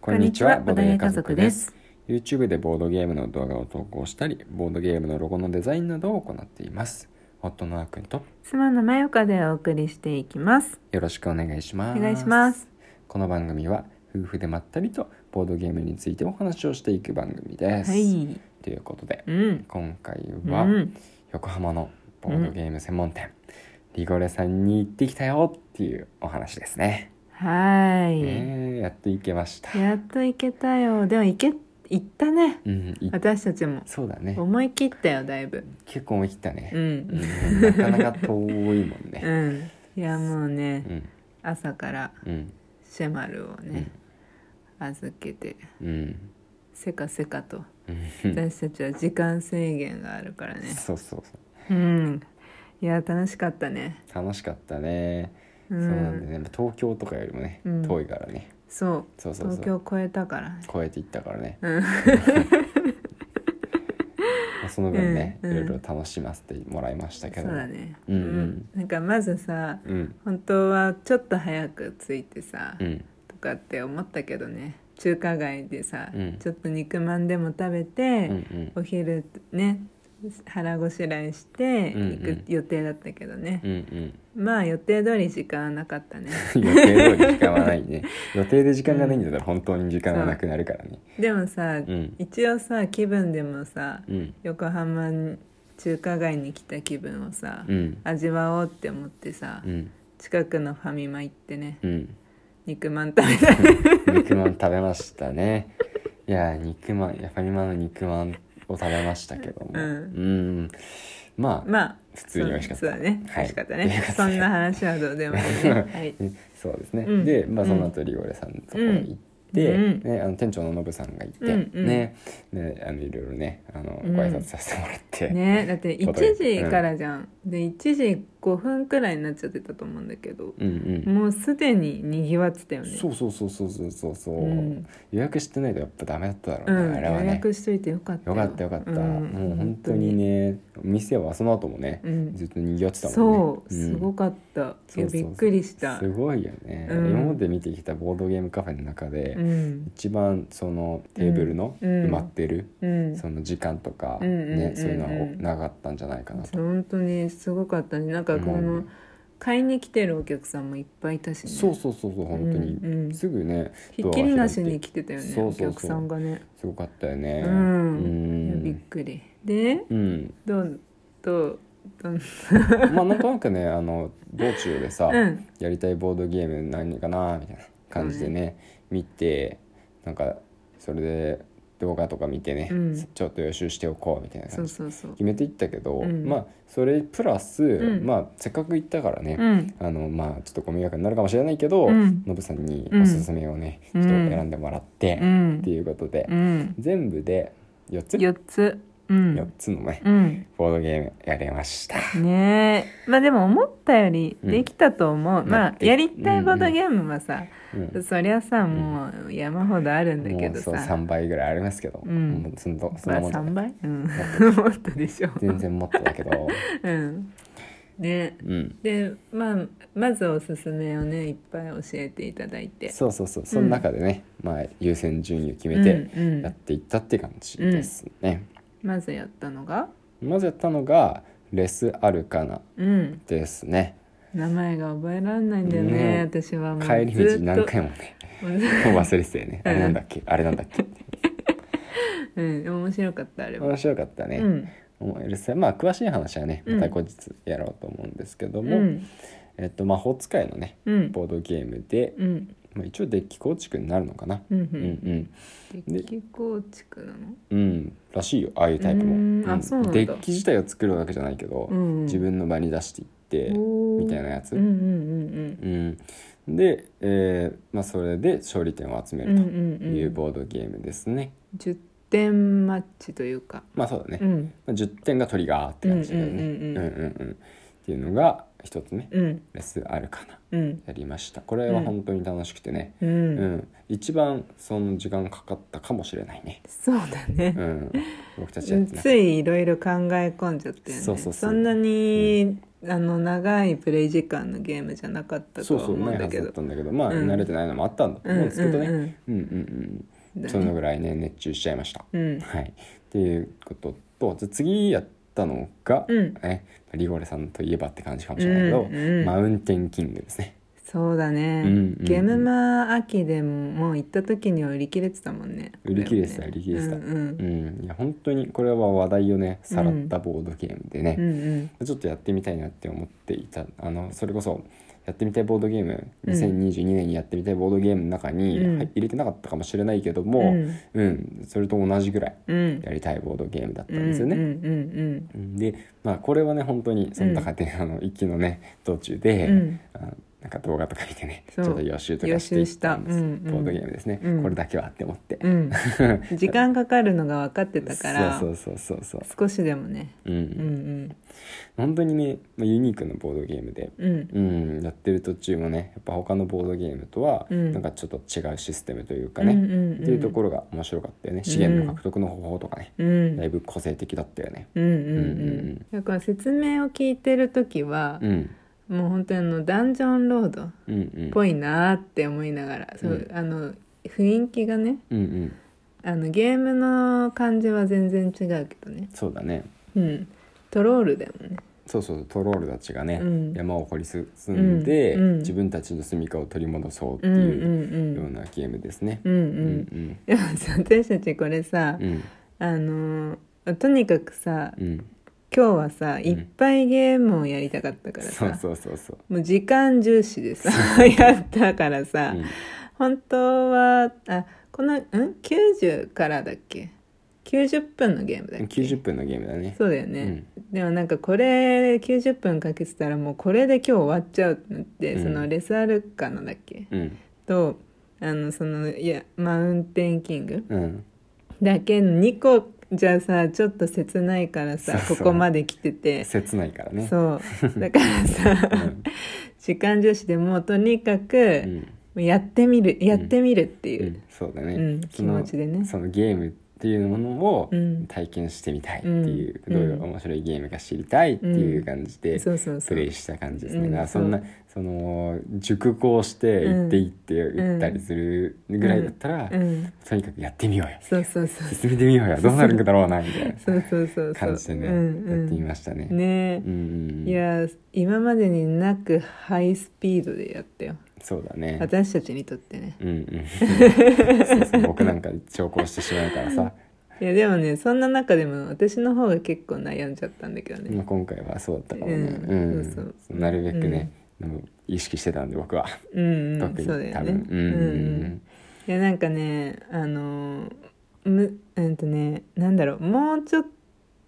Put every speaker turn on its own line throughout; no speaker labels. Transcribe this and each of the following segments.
こんにちは、ボドゲ家族です。。
YouTube でボードゲームの動画を投稿したり、ボードゲームのロゴのデザインなどを行っています。夫のあーくんと
妻のまよかでお送りしていきます。
よろしくお願いしま
お
す。
願いします。。
この番組は夫婦でまったりとボードゲームについてお話をしていく番組です。
はい。
ということで、
うん。
今回
う
は
ん。
横浜のボードゲーム専門店、リゴレさんに行ってきたよっていうお話ですね。
は
ねえやっていけました
い。。やっと行けたよ。でも行け、行ったね。
うん、い
私たちも。
そうだね。
思い切ったよ、だいぶ。
結構思い切ったね
う。ん。
うんなかなか遠いもんね。
うん。いや、もうね
う、ん、
朝から
うん、
シェマルをね、預けて、
うん、
せかせかと。
うん、
私たちは時間制限があるからね。
そうそうそう
うん。いや、楽しかったね。
楽しかったね。
う
そうなんだ
ん。
よね。東京とかよりもね、
うん
遠いからね。
そう。
そうそう
東
そう。
京超えたからね。
超えていったからね。
うん。
まあその分ね、い
うんうん
ろいろ楽しませてもらいましたけ
そ
ど。
うだね、
うんうん
なんかまずさ
うん、
本当はちょっと早く着いてさ、
うん、
とかって思ったけどね中華街でさ、
うん
ちょっと肉まんでも食べ
う
て、
ん、うん、
お昼ね腹ごしらえして
うんうん
行く予定だったけどね
う、ん、
まあ予定通り時間はなかった ね
うん。予定通り時間はない ね。予定で時間がないんだったら、本当に時間がなくなるからね。
でもさ、
うん、
一応さ気分でもさ
うん、
横浜に中華街に来た気分をさ、
うん、
味わおうって思ってさ、
うん、
近くのファミマ行ってね
うん。
肉まん食べた
肉まん食べましたねいや肉まんやファミマの肉まんを食べましたけども
うん
んまあ
まあ
普通に美味しかった
そうそうだね、
はい
美味しかった
というこ
ね
とで
そんな話はどうでもいい ね、はい、
そうですね、
うん
で、まあ、
うん
その後リゴレさんのところに行って、
うん
ね、あの店長のノブさんがいて、
うんうん
ねねあのいろいろねあのご
うん
挨拶させてもらって、
ねだって
ことで
1時からじゃん、で1時5分くらいになっちゃってたと思うんだけど、
うんうん
もうすでににぎわってたよね
そうそうそうそうそうそうそう、
うん
予約してないとやっぱダメだっただろ
う
うね、
ん、
あれ
予
はね
約しといてよかった
よかったよかった、もう本当に
ね、
ね店はその後もね、
うん
ずっと賑わってたもんね
そうすごかった、
そうそうそう
いやびっくりした
すごいよね、
うん
今まで見てきたボードゲームカフェの中で、
うん
一番そのテーブルの
うん
埋まってる、
うん
その時間とか、
うんうんうんうん
ね、そういうのはなかったんじゃないかなと、
本当にすごかったねなんかこ
う
の
ん
買いに来てるお客さんもいっぱいいたしね
そうそうそうそう本当に、
うんうん
すぐね
ひっきりなしに来てたよね
ドア
お
開けて
客さんがね
すごかったよね
うんいや
う
びっ
ん
くりで
うん
どうどうどう
まあなんとなくねあの道中でさ、
うん
やりたいボードゲーム何かなみたいな感じでね見てなんかそれで動画とか見てね、
うん
ちょっと予習しておこうみたいな
そ
感
う
じで
そうそう
決めていったけど、
うん
まあそれプラス、
うん
まあせっかく行ったからね、
うん
あのまあちょっとご迷惑になるかもしれないけど、
うん
のぶさんにおすすめをね、
うん
ちょっと選んでもらって、
う
って
ん
いうことで、
うん
全部で4つ
四つう
4
ん
つのね、
うん
ボードゲームやれました。
ねえまあでも思ったより
うん
できたと思う、
まあ
まあ
でき
やりたいボードゲームは
う
さ、
ん
そりゃさもう山ほどあるんだけ
もう
ど
そ
さ、
う3倍ぐらいありますけど、
うん
もうそんなそん
ま
な
あ
もんだ
3倍うん もっとでしょ
全然もっとだけど
うんね
うん
でまあまずおすすめをねいっぱい教えていただいて
そうそうそうその中でね、まあ優先順位を決めて
うんうん
やっていったって感じですね、
まずやったのが、
まずやったのがレスアルカナ
うん、
ですね
名前が覚えられないんだよね
ね
私はもう
帰り
ずっ
道
と
何回もねもう忘れてたよねあれなんだっけあれなんだっけ
うん、面白かったあれは、
面白かったね、
うん
もうレスまあ詳しい話はね
うん
また後日やろうと思うんですけど
う
も、
ん
えっと魔法使いのね
うん
ボードゲームで、
うん
まあ、一応デッキ構築になるのかな、
うんう
うん、
ん
うん
デッキ構築なの
うん、らしいよああいうタイプも、
うーんあそうなんだ
デッキ自体を作るわけじゃないけど、
うんうん
自分の場に出していって
おー
みたいなやつ、
うんうんうん
うんで、えーまあ、それで勝利点を集め
うんう
る
んうん
と
うん
いうボードゲームですね、
10点マッチというか、
まあそうだね、
う
ま
ん
あ、10点がトリガーって感じだよね
うんうんうんうん
うんうんっていうのが一つね
うん
レスあるかな
うん
やりましたこれは本当に楽しくてね、
う
うん
ん、
一番その時間かかったかもしれないね、
そうだね
う、ん、僕たちや
う
っ
ん
てなかった
ついいろいろ考え込んじゃって、ね、
そうそうそう
そんなにあの長いプレイ時間のゲームじゃなかったと
そう
は
そう
思う
ない
ん
は
だ
ず
け
だっ
ど
たんだけどまあ、
うん
慣れてないのもあったんだと思うんですけどね、
う
うんん
うん
うんうん
だね
そのぐらいね熱中しちゃいました、
うん
はいっていうこととじゃあ次やったのが、
うん
ね、リゴレさんといえばって感じかもしれないけど、
うんうん
マウンテンキングですね
そうだね、
うんうんうん
ゲームマ秋でももう行った時には売り切れてたもんね
売り切れてた
こ
売り切れてた
うんうん
うんいや本当にこれは話題をねさらったボードゲームでね、
うんうん
ちょっとやってみたいなって思っていたあのそれこそやってみたいボードゲーム2022年にやってみたいボードゲームの中に
うん
入入れてなかったかもしれないけど
う
も、
ん
うんそれと同じぐらい
うん
やりたいボードゲームだった
うん
んですよね。
うんうん
うんでまあこれはね本当にその中で、あの一気のね道中で、
うん
あのなんか動画とか見てねち
そう
ょっと予習とかしていったんです
予習したうん
ボ
うん
ードゲームですね、
うん
これだけはって思って。
うんうん時間かかるのが分かってたから
そうそうそうそう
少しでもね
そう、うん
うんうん
本当にね、まあ、ユニークなボードゲームで、
うん
うん、やってる途中もねやっぱ他のボードゲームとは
うん
なんかちょっと違うシステムというかね、
うんうんうん
っていうところが面白かったよね資源の獲得の方法とかね、
うん
だいぶ個性的だったよね。
うんうん
うん
う
うんうん
んだから説明を聞いてる時は
う、ん
もう本当にあのダンジョンロードっ
うんうん
ぽいなーって思いながら、そう
う
あの雰囲気がね
うんうん
あのゲームの感じは全然違うけどね
そうだね
うんトロールだもんね
そうそうトロールたちがね、
うん
山を掘り進んで、
うんうん
自分たちの住処を取り戻そうって
うんう
いうん
う
ようんなゲームですね。
うんう
うん
んでもさ私たちこれさ
うんうん
あのーとにかくさ
うん
今日はさいっぱいゲームをやりたかったからさ、
そうそうそうそう。
もう時間重視でさ やったからさ、
うん
本当はあこのん90からだっけ90分のゲームだっけ
90分のゲームだね。
そうだよね、でもなんかこれ90分かけてたらもうこれで今日終わっちゃうってなって、
うん
そのレスアルカのだっけ
うん
とあのそのいやマウンテンキング
うん
だけの2個じゃさちょっと切ないから
そ
さ
うそう
ここまで来てて
切ないからね。
そうだからさ、
ん
時間重視でもうとにかく
うん、、
やってみる、やってみるっていううん
そうだね、
うん
その
気持ちでね
そのゲームっていうものを
うん
体験してみたいっていう、
うん
どういう面白いゲームか知りたいっていう感じで
そうそうそ
プ
う
レイした感じですね、
うん
だから
そ
そうそんなその熟考して行って行って行ったりするぐらいだったら、
うん
とにかくやってみようよ
そうそうそう
進めてみようよどうなるんだろうなみたい
そうそうそうそう
な感じでね、
うんうん、
やってみましたね。
ね
うんうんうん
いや今までになくハイスピードでやったよ
そうだね
私たちにとってね
うんうん、そうそう僕なんか調校してしまうからさ、
いやでもねそんな中でも私の方が結構悩んじゃったんだけどね
まあ、今回はそうだったかもね、
う
うんん
そう
なるべくね、でも意識してたんで僕は、
うん、うん、
特に
そうだよ
多
ね
分うん
うんうんいやなんかねあのーむうんとねなんだろうもうちょっと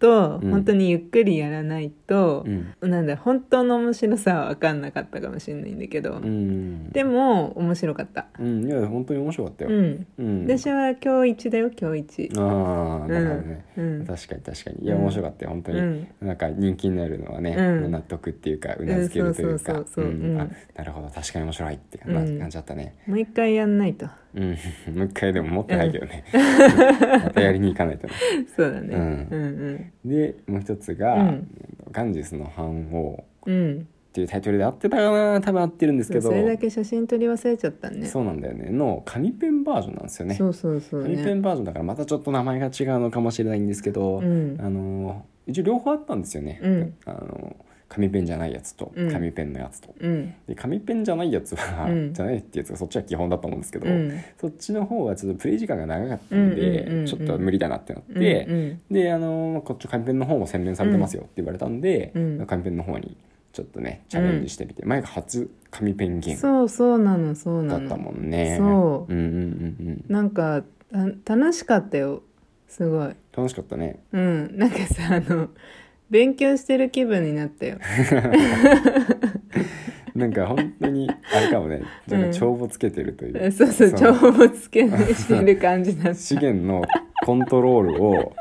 うん
本当にゆっくりやらないと
う、ん
なんだ本当の面白さは分かんなかったかもしれないんだけど、
うんうん
でも面白かった
うんいや本当に面白かったよ、
うん
うん
私は今日一だよ今日一
ああだからね、
うん
確かに確かにいや
うん
面白かったよ本当に、
うん
なんか人気になるのはね、
うん
納得っていうかうなずけるという
う
か
んそうそうそうそう
うん
うん
あなるほど確かに面白いって
うん
な感じだったね、
もう一回やんないと
うんもう一回でも持ってないけどね、またやりに行かないと ね
そうだね、う
うんん、
うん
でもう一つが「
うん
ガンジスの藩を」
うん
っていうタイトルで合ってたかな多分合ってるんです
そ
け
う
ど
それだけ写真撮り忘れちゃったね
そうなんだよねの紙ペンバージョンなんですよね
そうそうそう
紙ペ
ね
ンバージョンだからまたちょっと名前が違うのかもしれないんですけど、
うん
あの一応両方あったんですよね、
うん
あの紙ペンじゃないやつと
うん
紙ペンのやつと、
うん
で紙ペンじゃないやつは、
うん
じゃないってやつがそっちは基本だと思うんですけど、
うん
そっちの方はちょっとプレイ時間が長かったんで、
うんうんうんうん
ちょっと無理だなってなって、
うん
であのこっち紙ペンの方も洗練されてますよって言われたんで、
うん
紙ペンの方にちょっとねチャレンジしてみて、前が初紙ペンゲーム
そうそうなのそう
だ
な
った
の
もんね
そうん
うんうんうん
なんかた楽しかったよすごい
楽しかったね
うんなんかさあの勉強してる気分にな ったよ
なんか本当に あれかもね
うん
なんか帳簿つけてるという、
えそうそう
そ
情
の
報つけしてる感じだ った
資源のコントロールを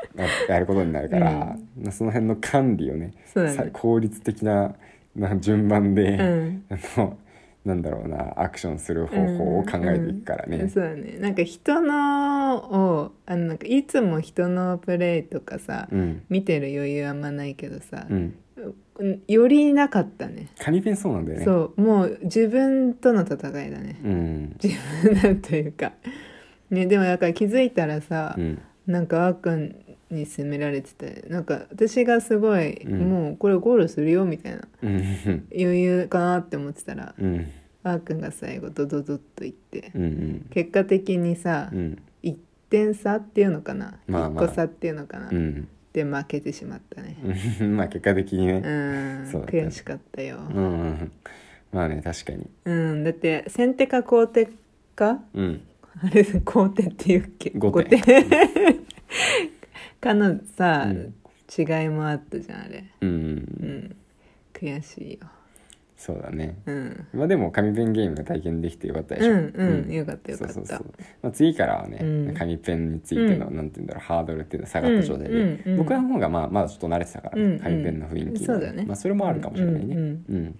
ややることになるから、その辺の管理をね
そうだ
さ
ね
効率的なな順番で、
うん
あのなんだろうなアクションする方法を考えていくからね、
うんそうだねなんか人のをあのなんかいつも人のプレイとかさ、
うん
見てる余裕あんまないけどさ
う、ん
うんよりなかったね
紙ペンそうなんだよね
そうもう自分との戦いだね
うん
自分なんというか、ね、でもだから気づいたらさ、
うん
なんかあーくんに責められててなんか私がすごい、
うん
もうこれゴールするよみたいな
うん
余裕かなって思ってたら、
うん
あーくんが最後ドドドッといって、
うんうん
結果的にさ、
うん
1点差っていうのかな、一
まあまあ
個差っていうのかな、
うん
で負けてしまったね
うんまあ結果的に
う
ね
ん、
そうだね
悔しかったよ、
うんうんうんまあね確かに
うんだって先手か後手か
うん
あれ後手って言うっけ
後手
かのさ、
うん
違いもあったじゃんあれ
うんう
うんん悔しいよ、
そうだね
うん、
まあでも紙ペンゲームが体験できてよかったで
う
しょ
んうんよかったよかった
そうそうそう、まあ、次からはね、
うん
紙ペンについての、
う
なんて言うんだろうハードルっていうのは下がった状態で、
うんうんうん
僕らの方がまあまだちょっと慣れてたから、ね
うんうん
紙ペンの雰囲気に
そうだね
まあ、それもあるかもしれないね、
う
うんん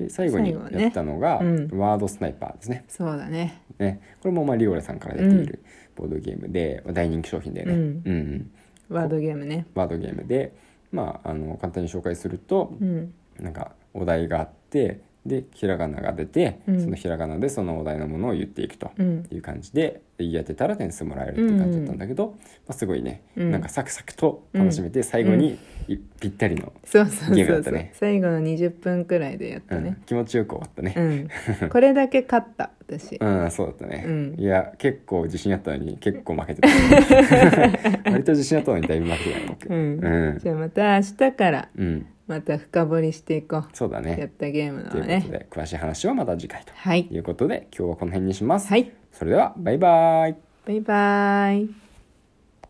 で最後に
最後はね
やったのが、
うん
ワードスナイパーですね
そうだね
ねこれもまあリオレさんから出ているボードゲームで、まあ大人気商品だよね、
う
うんんうん
ワードゲームね
ワードゲームで、まあ、あの簡単に紹介すると、
うん
なんかお題があってでひらがなが出て、
うん
そのひらがなでそのお題のものを言っていくと、
うん
っていう感じで言い当てたら点数もらえるっていう感じだったんだけど、まあ、すごいね、
うん
なんかサクサクと楽しめて最後にいぴったりの、
そうそう
ゲームだっ
そうそ
た
う、
ね
最後の20分くらいでやっ
う
た
ん
ね
気持ちよく終わったね。
うん、これだけ勝った私
うん、そうだったね、
うん
いや結構自信あったのに結構負 けてた割と自信あったのにだいぶ負けたよ僕
う
うんん
じ、ゃあまた明日から
うん
また深掘りしていこう
そうだ
やっ
ね
たゲームの
という
は
こと
ね
で詳しい話はまた次回と
はい
いうことで今日はこの辺にします、
はい
それではバイバイ
バイバイ